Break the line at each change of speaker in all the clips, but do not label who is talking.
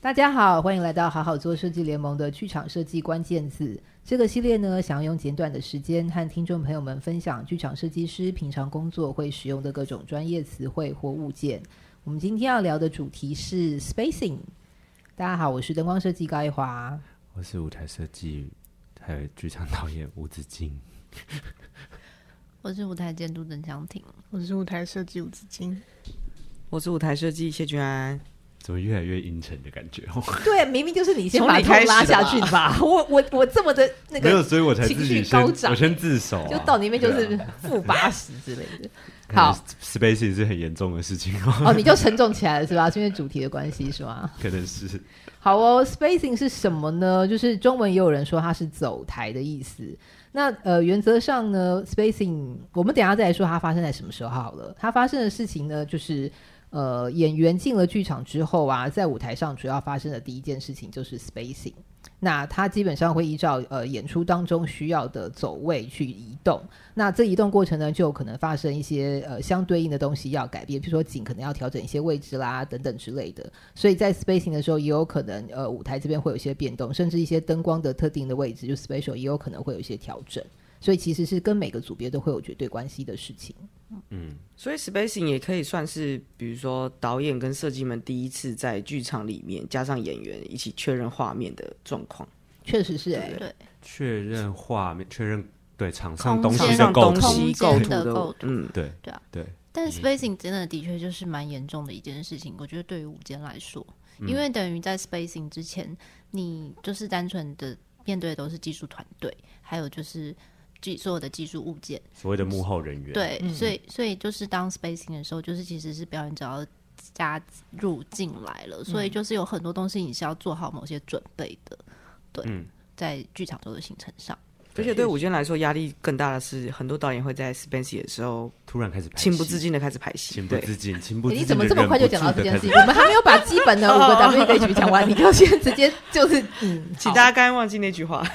大家好，欢迎来到好好做设计联盟的剧场设计关键字。这个系列呢，想要用简短的时间和听众朋友们分享剧场设计师平常工作会使用的各种专业词汇或物件。我们今天要聊的主题是 spacing。大家好，我是灯光设计高一华。
我是舞台设计还有剧场导演吴子敬。
我是舞台监督邓湘婷，
我是舞台设计吴子金，
我是舞台设计谢君安，
怎么越来越阴沉的感觉？哦
对，明明就是你先
从
把
你
头
开始
拉下
吧
去吧。 我我我这么的那
没有，
个，
所以我才
情
自己
绪
先，
高涨
我先自首、啊，
就到里面就是负八十之类的。
感
好
觉 spacing 啊是很严重的事情哦，
哦，你就沉重起来了是吧？是因为主题的关系是吗？
可能是
好哦，spacing 是什么呢？就是中文也有人说它是走台的意思。那呃，原则上呢，spacing 我们等一下再来说它发生在什么时候好了。它发生的事情呢，就是呃，演员进了剧场之后啊，在舞台上主要发生的第一件事情就是 spacing。那它基本上会依照呃演出当中需要的走位去移动。那这移动过程呢，就有可能发生一些呃相对应的东西要改变，比如说景可能要调整一些位置啦等等之类的。所以在 spacing 的时候，也有可能呃舞台这边会有一些变动，甚至一些灯光的特定的位置，就 spatial 也有可能会有一些调整。所以其实是跟每个组别都会有绝对关系的事情。
所以 spacing 也可以算是，比如说导演跟设计们第一次在剧场里面加上演员一起确认画面的状况，
确实是、欸，
对，
确认画面，确认对场上
上
东
东
西
西
的
的
构
构
东
图
西构
空
图
间的构图
嗯，
对
对啊
对，
但 spacing 真的的确就是蛮严重的一件事情，我觉得对于舞间来说，
嗯
因为等于在 spacing 之前，你就是单纯的面对的都是技术团队，还有就是技所有的技术物件，
所谓的幕后人员，，
对，所以所以就是当 spacing 的时候，就是其实是表演者要加入进来了，所
嗯
以就是有很多东西你是要做好某些准备的，对，
嗯
在剧场周的行程上，
而且对舞间来说压力更大的是，很多导演会在 spacing 的时候
突然开始拍戏
情不自，禁的开始排戏，
情不
对，
自禁，情不自
欸
禁，
你怎么这么快就讲到这件事 情？？我们还没有把基本的五个 W 的曲讲完，你就先直接就是 嗯，
请
好
大家刚才忘记那句话，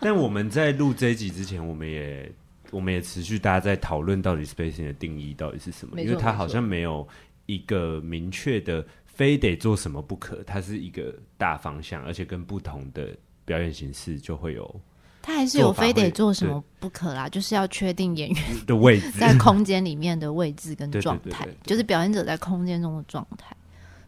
但我们在录这一集之前，我们也我们也持续大家在讨论到底 spacing 的定义到底是什么，
没
因
错
为它好像没有一个明确的非得做什么不可，它是一个大方向，而且跟不同的表演形式就会有
他还是
做
有
法
非得
会
做什
对
么不可啦，就是要确定演员
嗯
的位置。
在空间里面的位置跟
对对
状
对
态，
对对
就是表演者在空间中的状态。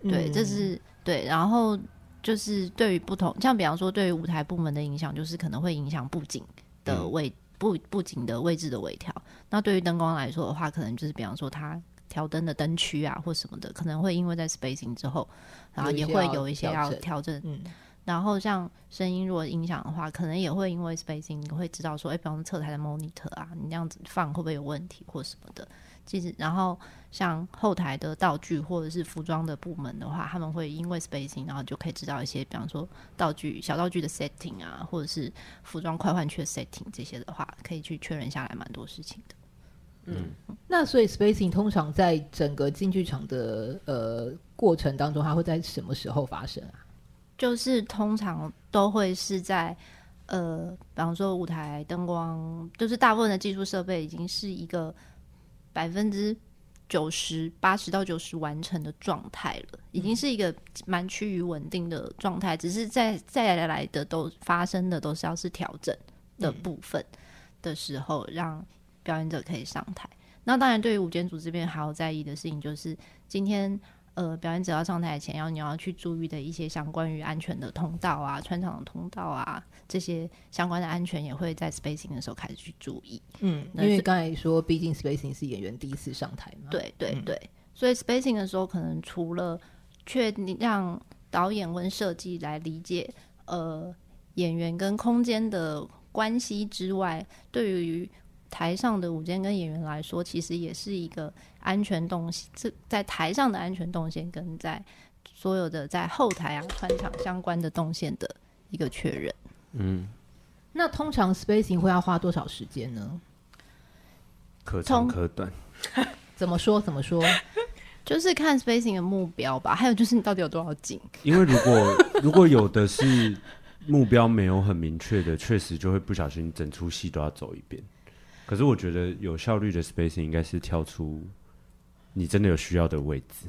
嗯
对，
嗯
这是对。然后就是对于不同，像比方说对于舞台部门的影响，就是可能会影响布景的
嗯
位、布布景的位置的微调。那对于灯光来说的话，可能就是比方说它调灯的灯区啊或什么的，可能会因为在 spacing 之后，然后
有一
也
些
会
要
有一些
调
要
整
调整
嗯，
然后像声音如果影响的话，可能也会因为 spacing 你会知道说，哎，比方说侧台的 monitor 啊，你那样子放会不会有问题或什么的。其实，然后像后台的道具或者是服装的部门的话，他们会因为 spacing，然后就可以知道一些，比方说道具小道具的 setting 啊，或者是服装快换区的 setting 这些的话，可以去确认下来蛮多事情的。
那所以 spacing 通常在整个进剧场的呃过程当中，它会在什么时候发生啊？
就是通常都会是在呃，比方说舞台灯光，就是大部分的技术设备已经是一个百分之九十八十到九十完成的状态了，已经是一个蛮趋于稳定的状态，只是在再来的都发生的都是要是调整的部分的时候，让表演者可以上台。那当然，对于舞间组这边还要在意的事情就是今天。呃，表演者要上台前，要你要去注意的一些相关于安全的通道啊、穿场的通道啊，这些相关的安全也会在 spacing 的时候开始去注意。
嗯，因
那
为
是
刚才说，毕竟 spacing 是演员第一次上台
啊
嘛。
对对
嗯
对，所以 spacing 的时候，可能除了确定让导演跟设计来理解呃演员跟空间的关系之外，对于台上的舞间跟演员来说，其实也是一个安全动线，这在台上的安全动线跟在所有的在后台啊穿场相关的动线的一个确认。
那通常 spacing 会要花多少时间呢？
可长
从
可短，
怎么说？怎么说？
就是看 spacing 的目标吧，还有就是你到底有多少景。
因为如果如果有的是目标没有很明确的，确实就会不小心整出戏都要走一遍。可是我觉得有效率的 spacing 应该是挑出你真的有需要的位置，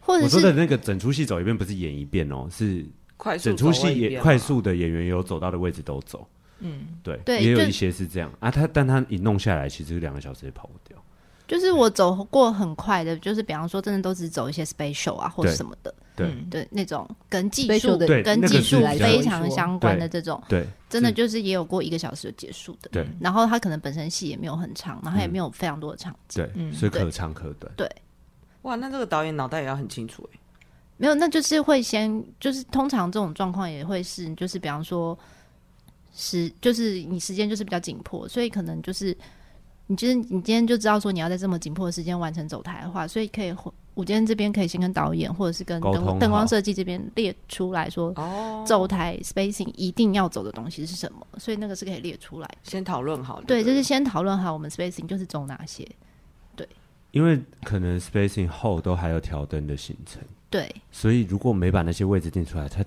或者
我说的
是
那个整出戏走一遍，不是演一遍哦，是
快速
整出
走位
戏
一
也
遍
快
嘛
速的演员有走到的位置都走。嗯，对，
对
也有
就
一些是这样啊。他但他一弄下来，其实两个小时也跑不掉。
就是我走过很快的，就是比方说真的都只走一些 special 啊或者
对
什么的，
对
对那种跟技
嗯 Special
术
的
对
跟
那个
技
是
术
比较
非常相关的这种，
对，
真的就是也有过一个小时就结束的。
对嗯
然后他可能本身戏也没有很长，然后也没有非常多的场景，
对，所以可长可短。
哇，那这个导演脑袋也要很清楚哎、
没有，那就是会先就是通常这种状况也会是就是比方说时就是你时间就是比较紧迫，所以可能就是你就是你今天就知道说你要在这么紧迫的时间完成走台的话，所以可以回。我今天这边可以先跟导演或者是跟
沟通好
灯灯光设计这边列出来说，
哦，
走台 spacing 一定要走的东西是什么，所以那个是可以列出来的。
先讨论好。
对，
不
就是先讨论好我们 spacing 就是走哪些。
因为可能 spacing 后都还有调灯的行程，
对，
所以如果没把那些位置定出来，他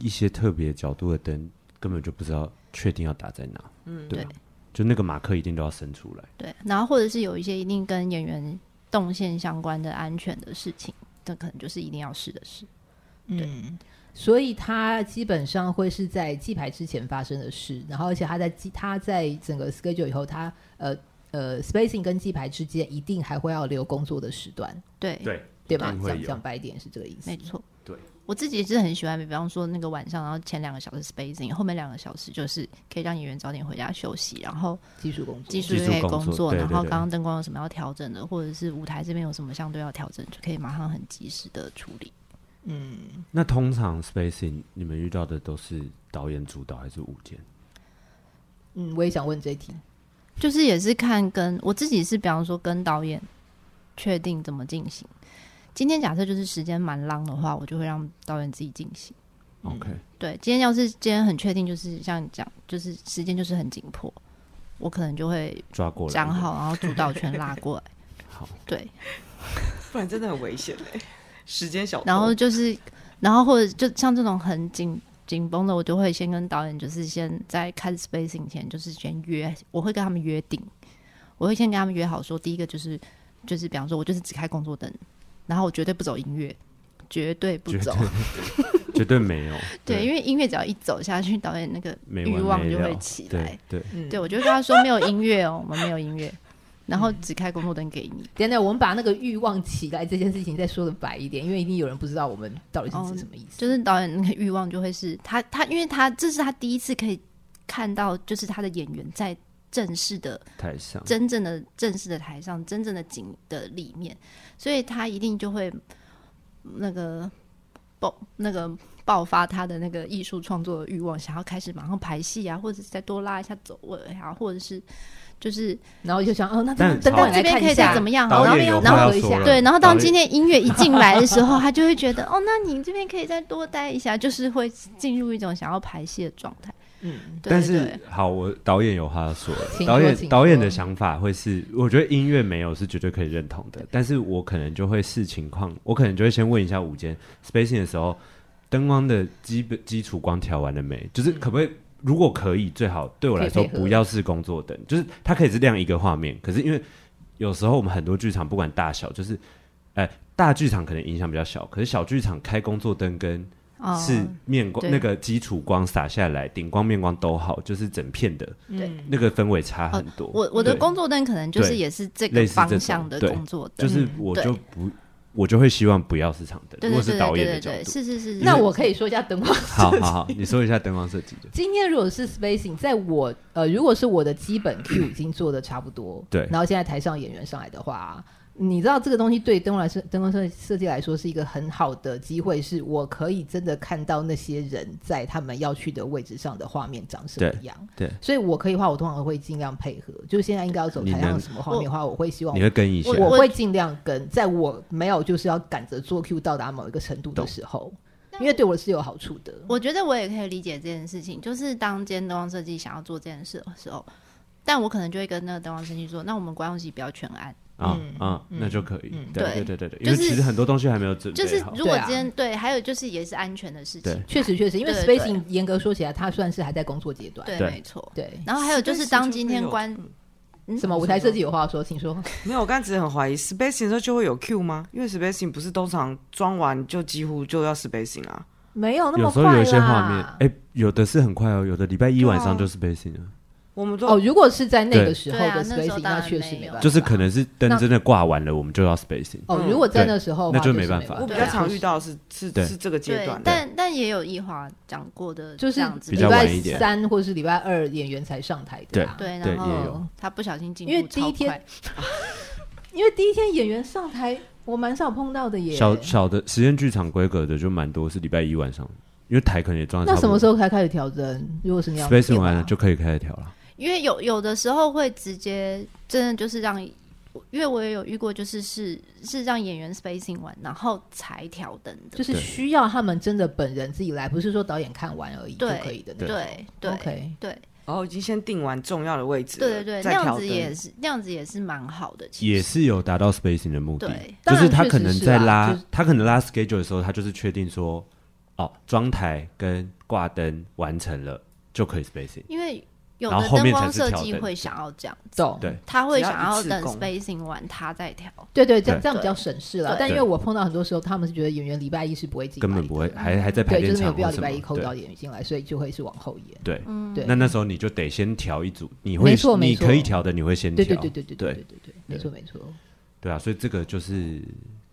一些特别角度的灯根本就不知道确定要打在哪。嗯，对吧
对，
就那个马克一定都要伸出来。
对，然后或者是有一些一定跟演员动线相关的安全的事情，这可能就是一定要试的事。嗯
所以它基本上会是在记牌之前发生的事，然后而且它在记，它在整个 schedule 以后，它呃呃 spacing 跟记牌之间一定还会要留工作的时段，
对，
对，
对吧
一？定会
讲
有
讲白一点是这个意思
没。错。
对，
我自己是很喜欢，比方说那个晚上，然后前两个小时 spacing，后面两个小时就是可以让演员早点回家休息，然后
技术工作，
技术
技
也
术
可以
工
工
作
作，
对
然
对
后
对
刚刚灯光有什么要调整的，或者是舞台这边有什么相对要调整，就可以马上很及时的处理。
那通常 spacing 你们遇到的都是导演主导还是舞监？
嗯，我也想问这一题。
就是也是看跟我自己是，比方说跟导演确定怎么进行。今天假设就是时间蛮浪的话，我就会让导演自己进行。
OK，
对，今天要是今天很确定，就是像你讲，就是时间就是很紧迫，我可能就会
抓过来
讲好，然后主导权拉过来。
好，
对，
不然真的很危险哎、时间小偷。
然
哦
后就是，然后或者就像这种很紧紧绷的，我就会先跟导演，就是先在开始 spacing 前，就是先约，我会跟他们约定，我会先跟他们约好说，第一个就是就是，比方说我就是只开工作灯，然后我绝对不走音乐，绝对不
绝
走，
绝对没有。
对，因为音乐只要一走下去，导演那个
没
欲
完
望
没
就会
了
起
对
来。
对，
嗯
对，我就跟他说没有音乐哦，我们没有音乐，然
嗯
后只开工作灯给你。
等等，我们把那个欲望起来这件事情再说的白一点，因为一定有人不知道我们到底是指什么意思。
哦就是导演那个欲望就会是他他，因为他这是他第一次可以看到，就是他的演员在正式的、
台上
真正的、正式的台上、真正的景的里面，所以他一定就会那个爆那个爆发他的那个艺术创作的欲望，想要开始马上排戏啊，或者是再多拉一下走位啊，或者是就是
然后就想，哦，那
但
等
导
等
演
来
这边
看
可
一
以再
下
怎么样，然
导
后
演有
然后
话要
然后
说了
对，然后当
导演
今天音乐一进来的时候， 他就会觉得哦，那你这边可以再多待一下，就是会进入一种想要排戏的状态。嗯，对
但
对
是
对
好，我导演有话要说了
请
导
说
演
请
导演
说
的想法会是，我觉得音乐没有是绝对可以认同的，但是我可能就会视情况，我可能就会先问一下午间 spacing 的时候，灯光的基本基础光调完了没？就是可不可以？如果可以，最好对我来说
可以配合
不要是工作灯，就是它可以是亮一个画面，可是因为有时候我们很多剧场不管大小，就是，哎、大剧场可能影响比较小，可是小剧场开工作灯跟
哦，
是面光
对
那个基础光洒下来，顶光面光都好，就是整片的，
对
那个氛围差很多。
哦我我的
对
工作灯可能就是
对
也是这
类
个
似这
方向
种
的
对
工作灯，
就是我
嗯对
就不，我就会希望不要是长灯，
对
如果
对
是
对
导
对
演的
对
角
对，
度。
是是是，
那
是
我可以说一下灯光
好好好，你说一下灯光设计的。
今天如果是 spacing，在我呃，如果是我的基本 Q 已经做的差不多，
对
然后现在台上演员上来的话，你知道这个东西对灯光来说，灯光设设计来说是一个很好的机会，是我可以真的看到那些人在他们要去的位置上的画面长什么样。
对对
所以我可以的话，我通常会尽量配合。就是现在应该要走台
你
上
能
什么画面的话，我会希望
你。会跟一下
我，我会尽量跟，在我没有就是要赶着做 Q 到达某一个程度的
懂
时候，因为对我是有好处的。
我觉得我也可以理解这件事情，就是当今天灯光设计想要做这件事的时候，但我可能就会跟那个灯光设计说，那我们观众席不要全暗。
啊啊，那就可以。对
嗯对
对对对对，因
就
为
是
其实很多东西还没有准
就是
备好。
如果
对啊
今天对，还有就是也是安全的事情
对，
确实确实，因为
对对
spacing 严格说起来，它算是还在工作阶段。
对，
对
没错。
对
然后还有就是，当今天观
嗯
什么舞台设计有话说，请说。
没有，我刚才只是很怀疑 spacing 的时候就会有 Q 吗？因为 spacing 不是通常装完就几乎就要 spacing 啊。
没有那
有
么
时
快
候
啦。
有一些画面，哎、有的是很快哦，有的礼拜一晚上
啊
就是 spacing 了，
我们都、
哦，如果是在那个时候
对
的
啊那时候
spacing，
当然
那确实
没
没
有
办法。
就是可能是灯
那
真的挂完了，我们就要 spacing。
哦，
嗯
如果在那时候的话，
对那就
没
没办法
我比
办
较
法
常遇到是是
对
是这个阶
对
段，的。
但但也有易华讲过的
就
这
是
样子
比
礼
较
拜
晚一点
三或是礼拜二演员才上台的啊。
对，
对
然
也
后
有
他不小心进步
因为第一天
超快
因为第一天演员上台，我蛮少碰到的耶。
小小的实验剧场规格的就蛮多，是礼拜一晚上，因为台可能也装得
那
差不
什么
多
时候才开始调整？如果是那样子的
spacing
话
完了就可以开始调了。
因为有有的时候会直接真的就是让，因为我也有遇过，就是是是让演员 spacing 完，然后才调灯的，
就是
对
需要他们真的本人自己来，不是说导演看完而已就
对
可以的那种。
对对
OK，
对
然后已经先定完重要的位置了，
对对对，
再
那
调
样子
灯
也是那样子也是蛮好的，其实
也是有达到 spacing 的目的，
对
就
当然
是他
啊确
可
实
能
是
在
啊
拉，
就是
他可能拉 schedule 的时候，他就是确定说，哦，装台跟挂灯完成了就可以 spacing，
因为有
然
的
后后
灯
面才
光
是
设
调
计
灯
会想要这样子，
懂。
对
他会
只要
想
一
要
次
等
工
spacing 完他再调，
对对，这
对
这样比较省事了
对。
但因为我碰到很多时候，他们是觉得演员礼拜一是不会进来
根
的，
本不会，还还在排
对，就
练
是没有
场
必要
或
礼
什么
拜一扣导
对
演员进来，所以就会是往后延。
对，
对，
那那时候你就得先调一组，你
没
会
错没
你
错
可以调的，你会先
对
调，
对对对对对
对
对对对，没错没错。
对啊，所以这个就是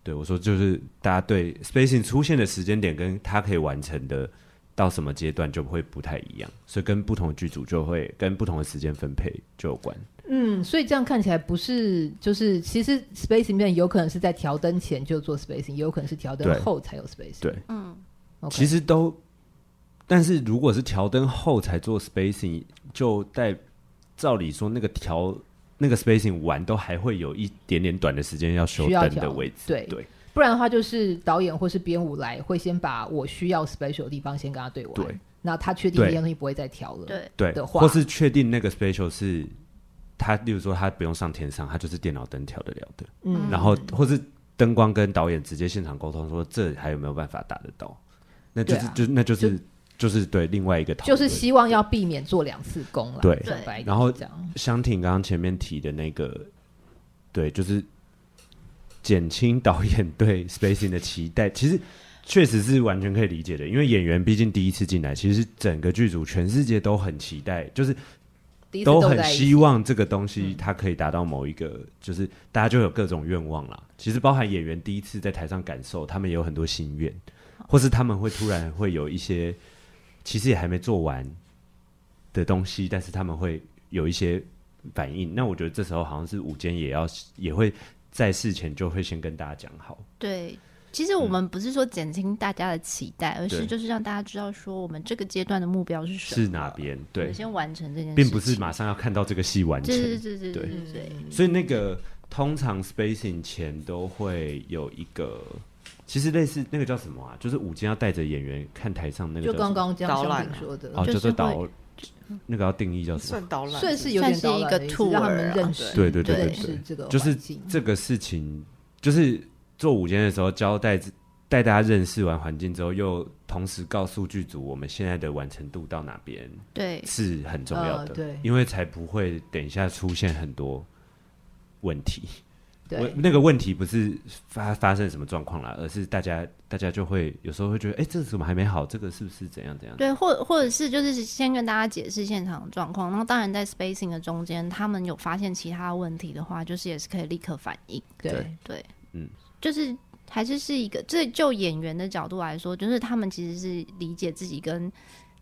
对我说，就是大家对 spacing 出现的时间点跟它可以完成的到什么阶段就会不太一样，所以跟不同的剧组就会跟不同的时间分配就有关。
嗯，所以这样看起来不是就是，其实 spacing 面有可能是在调灯前就做 spacing，也有可能是调灯
对
后才有 spacing。
对
嗯，
OK，
其实都，但是如果是调灯后才做 spacing，就代照理说那个调那个 spacing 完都还会有一点点短的时间要修
需要
灯
调
的位置，
对
对
不然的话就是导演或是编舞来会先把我需要 special 的地方先跟他对完，
对
那他确定
对
这件东西不会再调了。
对，
对，
的话
或是确定那个 spatial 是他，例如说他不用上天上，他就是电脑灯调得了的，
嗯
然后或是灯光跟导演直接现场沟通说这还有没有办法达得到，那就是、
对啊
就那就是就是对另外一个讨
就
论，
是希望要避免做两次工了。
对
讲白一点
然后
是这样，
香婷刚刚前面提的那个，对，就是减轻导演对 spacing 的期待，其实确实是完全可以理解的，因为演员毕竟第一次进来，其实整个剧组全世界都很期待，就是
第一次
都
在
很
一起
希望这个东西它可以达到某一个，就是大家就有各种愿望啦。其实包含演员第一次在台上感受，他们也有很多心愿，或是他们会突然会有一些其实也还没做完的东西，但是他们会有一些反应。那我觉得这时候好像是午间也要也会在事前就会先跟大家讲好，
对，其实我们不是说减轻大家的期待，而是
嗯对
就是让大家知道说我们这个阶段的目标是什么，
是哪边
我
对
们，先完成这件事情，
并不是马上要看到这个戏完成。
对对对对对
嗯
对
对对，
所以那个通常 spacing 前都会有一个，其实类似那个叫什么啊？就是午间要带着演员看台上那个
就
叫什么，
刚刚江
导览
湘婷
啊
说的，
哦，
就
叫
是
做
会
导，嗯那个要定义叫什么？
算导览，
算是有点
算是一
导览
个
的意思让他
tour
们
啊
认识，
对对对
对
认识
对
这个
就是
环境
这个事情，就是做午间的时候交代带大家认识完环境之后，又同时告诉剧组我们现在的完成度到哪边
对
是很重要
呃
的，
对
因为才不会等一下出现很多问题。我
对。
那个问题不是发发生什么状况啦，而是大家大家就会有时候会觉得，哎、这怎么还没好？这个是不是怎样怎样？
对，或或者是就是先跟大家解释现场的状况，然后当然在 spacing 的中间，他们有发现其他问题的话，就是也是可以立刻反应。
对，
对，
嗯，
就是还是是一个，这就演员的角度来说，就是他们其实是理解自己跟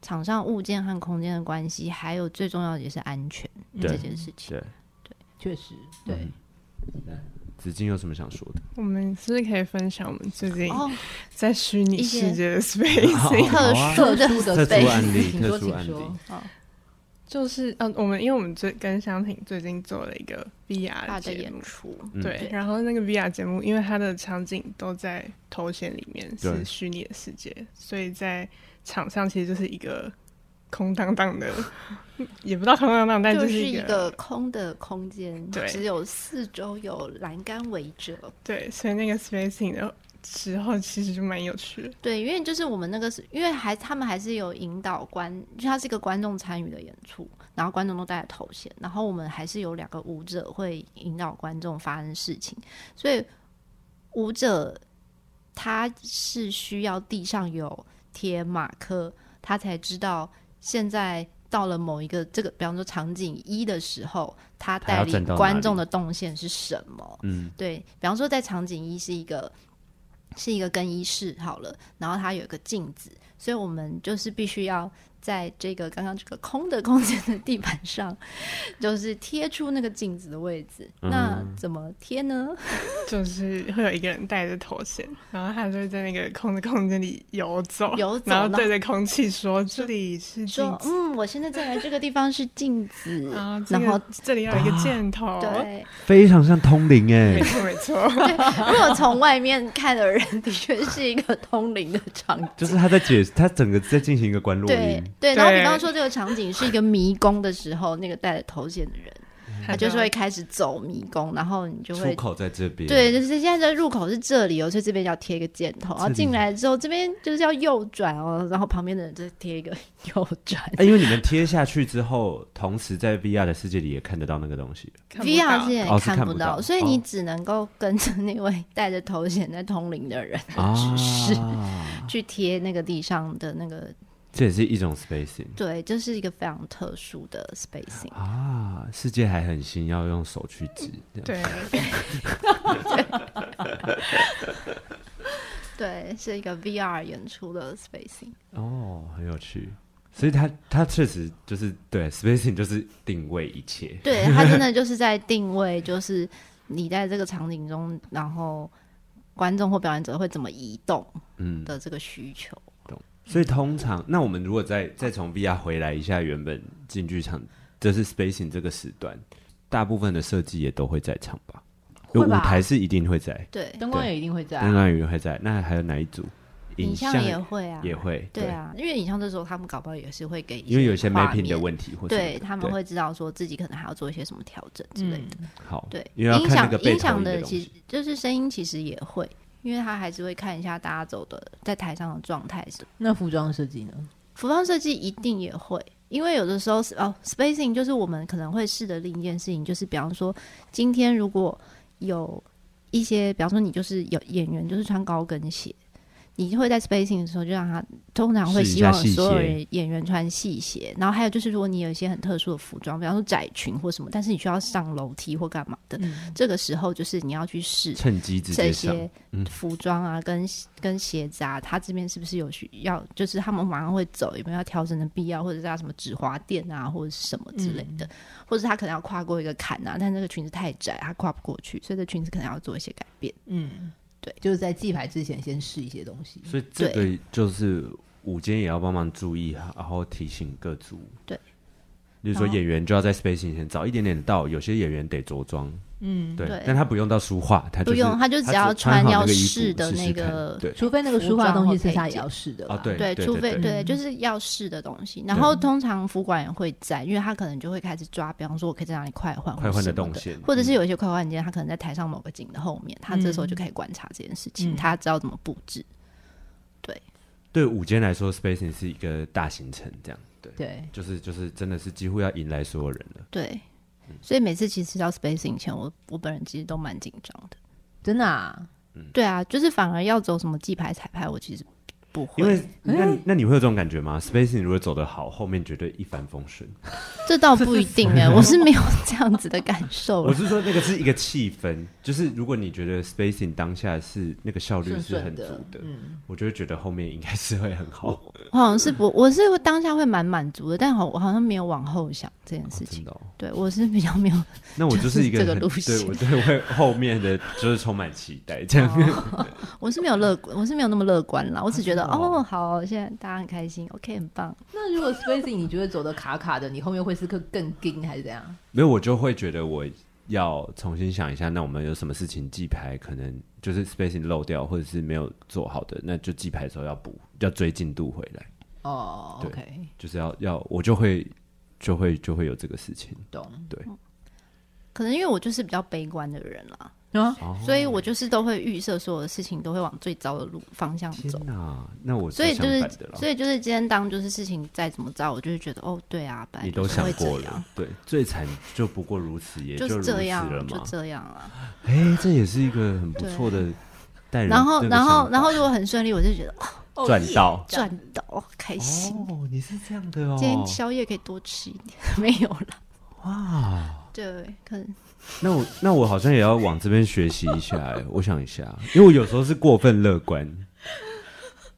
场上物件和空间的关系，还有最重要的也是安全
对
这件事情。
对，
确实，对
嗯，子敬有什么想说的？
我们是不是可以分享我们最近
哦，
在虚拟
一些
世界的 spacing？
好
特
啊
殊的
殊的
特殊
space，
案例
请说
特殊案
请说
例
就是嗯、我们因为我们最跟香婷最近做了一个 VR
大
的
的
节
演
目，
出，
嗯
对
对，
然后那个 VR 节目，因为它的场景都在头衔里面
对
是虚拟的世界，所以在场上其实就是一个空荡 荡的，也不知道空荡荡，但
就是一
个
个空的空间，
对
只有四周有栏杆围着，
对，所以那个 spacing 的时候，其实就蛮有趣的。
对，因为就是我们那个是，因为还他们还是有引导观，就它是一个观众参与的演出，然后观众都戴着头衔，然后我们还是有两个舞者会引导观众发生事情，所以舞者他是需要地上有贴马克，他才知道现在。到了某一个这个，比方说场景一的时候，他
他要
带领
站到哪
观
里
众的动线是什么？
嗯，
对，比方说在场景一是一个是一个更衣室好了，然后它有一个镜子，所以我们就是必须要在这个刚刚这个空的空间的地板上，就是贴出那个镜子的位置。那
嗯
怎么贴呢？
就是会有一个人戴着头衔，然后他就会在那个空的空间里游走，
游走
然后对着空气说：“这里是镜
说
子，
嗯，我现在站在这个地方是镜子，
啊，这
然
个哦
后
这里要有一个箭头。
对，
非常像通灵哎
没、错没错，
如果从外面看的人，的确是一个通灵的场 景。
就是他在解，他整个在进行一个观落
对
音，
对，然后比
对
方说这个场景是一个迷宫的时候，那个戴着头衔的人， 他就是会开始走迷宫，然后你就
出
会。
口在这边，
对，就是现在的入口是这里哦，所以这边要贴一个箭头，然后
这里
进来之后这边就是要右转哦，然后旁边的人就贴一个 右转。
哎、因为你们贴下去之后，同时在 VR 的世界里也看得到那个东西。
看不
VR
到
现在
哦
也
是看
不
不到
所以你
哦
只能够跟着那位戴着头衔在通灵的人
啊
是去贴那个地上的那个，
这也是一种 spacing
对，这是一个非常特殊的 spacing。
啊，世界还很新，要用手去指。这样，
对，
对，是一个 VR 演出的 spacing。
哦，很有趣。所以它它确实就是对 spacing 就是定位一切，
对，它真的就是在定位，就是你在这个场景中，然后观众或表演者会怎么移动
嗯。
的这个需求。
所以通常，那我们如果再再从 VR 回来一下，原本进剧场这是 spacing 这个时段，大部分的设计也都会在场吧？有
会
舞
吧
台是一定会在，
对，
灯光也一定会在啊、
当然也会在。那还有哪一组？
影
像
像也会啊，
也会，
对啊，因为影像这时候他们搞不好也是会给，
因为有一些
画
mapping 的
面
问题或什么的，
对他们会知道说自己可能还要做一些什么调整之类的。
好，
对，
嗯因为要
音
看那个
响
被
音响
投影
的
东
其
西
实就是声音，其实也会，因为他还是会看一下大家走的在台上的状态是
那服装设计呢？
服装设计一定也会，因为有的时候是哦，spacing 就是我们可能会试的另一件事情，就是比方说，今天如果有一些，比方说你就是有演员就是穿高跟鞋，你就会在 spacing 的时候就让他通常会
试一
希
下
望
细
所有
鞋
人演员穿细鞋，然后还有就是如果你有一些很特殊的服装，比方说窄裙或什么，但是你需要上楼梯或干嘛的，
嗯，
这个时候就是你要去试
趁机直
这
接上，
些
嗯
服装啊，跟跟鞋子啊，他这边是不是有需要？就是他们马上会走，有没有要调整的必要，或者是要什么止滑垫啊，或者是什么之类
嗯
的，或者是他可能要跨过一个坎啊，但这个裙子太窄，他跨不过去，所以这裙子可能要做一些改变。
嗯，
对，
就是在记牌之前先试一些东西。
所以这
对
个就是午间也要帮忙注意，然后提醒各组。
对，
例如说
然后
演员就要在 spacing 前早一点点到，有些演员得着装，
嗯，
对
对，
但他不用到梳化，他就
不
是
用，他就
他
只要
穿好
要
那个衣
试
服
的
试
那
试看
个。
对
除非那个
服
书画的
装
东
或
西是
配
他也
件
要试的
啊
啦
对
对，除非
对嗯
对，就是要试的东西。然后通常服管也会在，因为他可能就会开始抓，比方说我可以在哪里快换，
快换的
的
动线，
或者是
嗯
有一些快换键，他可能在台上某个景的后面，他这时候就可以观察这件事情，
嗯
他知道怎么布置。
对午间来说，spacing 是一个大行程，这样对，
对，
就是就是真的是几乎要迎来所有人了。
对，
嗯
所以每次其实到 spacing 前，我我本人其实都蛮紧张的。
真的啊，
嗯
对啊，就是反而要走什么记牌彩排，我其实不
因
会
为，那那你会有这种感觉吗？spacing 如果走得好，后面绝对一帆风顺。
这倒不一定 哎、我是没有这样子的感受
我
了。
是说，那个是一个气氛，就是如果你觉得 spacing 当下是那个效率
顺
是
顺
很足
的，
的，
嗯，
我就会觉得后面应该是会很好。哦
我好像是不，我是当下会蛮满足的，但好，我好像没有往后想这件事
真
情。
的哦，
对，我是比较没有
那我就是一个
就是这个
很
路线哦
对我对会后面的就是充满期待这样。
我是没有乐观，我是没有那么乐观啦。我只觉得
真的哦
哦，好，现在大家很开心，OK，很棒。
那如果 spacing 你觉得走的卡卡的，你后面会是个更硬还是怎样？
没有，我就会觉得我要重新想一下，那我们有什么事情记牌，可能就是 spacing 漏掉或者是没有做好的，那就记牌的时候要补，要追进度回来，
哦
对
，OK，
就是要要我就会就会就会有这个事情。
懂。
可能因为我就是比较悲观的人啦，
啊，
哦
所以我就是都会预设所有的事情都会往最糟的路方向
天
走。
哪，那我
所以就是
相反的了
所以就是今天当就是事情再怎么糟，我就会觉得哦，对啊，本来
你都
就是
想
会
过
这样
了，，对，最惨就不过如此，也
就是
如此
这样
了
啊，就
嘛。
这样啊。
哎，这也是一个很不错的带人，
然后，
嗯那个
然后，
想
然后如果很顺利，我就觉得
法
哦
赚到
赚到，哦开心。
哦，你是这样的哦，
今天宵夜可以多吃一点， 没有啦。
哇。
对，可能
那我那我好像也要往这边学习一下、哎，我想一下，因为我有时候是过分乐观，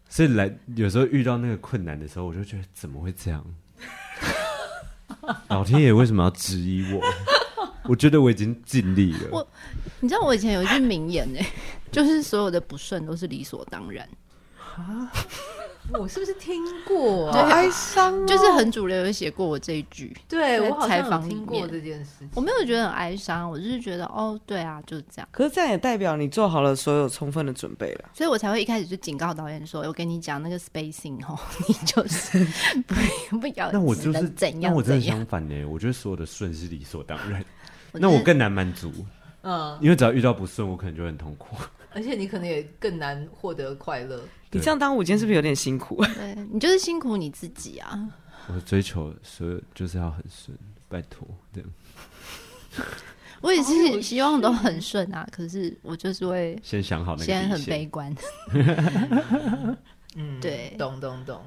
所以来有时候遇到那个困难的时候，我就觉得怎么会这样？ 老天爷为什么要质疑我？我觉得我已经尽力了
我。你知道我以前有一句名言哎、 就是所有的不顺都是理所当然，
我是不是听过
对
啊？
好哀伤哦，
就是很主流有写过我这一句。
对
在
我好
采
像有
访里
听过
面
这件事情。
我没有觉得很哀伤，我就是觉得哦，对啊，就是这样，
可是这样也代表你做好了所有充分的准备了。
所以我才会一开始就警告导演说，我跟你讲那个 spacing 哦， 你就是 不不要，
那我
只
就
能
是，
怎
那
样
我真的
怎样，
相反呢、我觉得所有的顺是理所当然，
我
那
就
我
是
更难满足，
嗯，
因为只要遇到不顺，我可能就会很痛苦。
而且你可能也更难获得快乐。
你这样当午间是不是有点辛苦？
对你就是辛苦你自己啊，
我追求所有就是要很顺，拜托这样。
哦我也是希望都很顺啊，可是我就是会
先想好那个底
先
线。
很悲观，
嗯，
对
懂懂懂。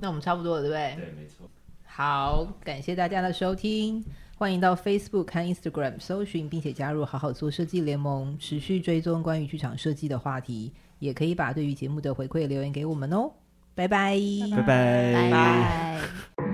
那我们差不多了，对不对？
对，没错。
好，感谢大家的收听，欢迎到 Facebook 和 Instagram 搜寻，并且加入“好好做设计联盟”，持续追踪关于剧场设计的话题，也可以把对于节目的回馈留言给我们哦。拜拜
拜拜
拜拜。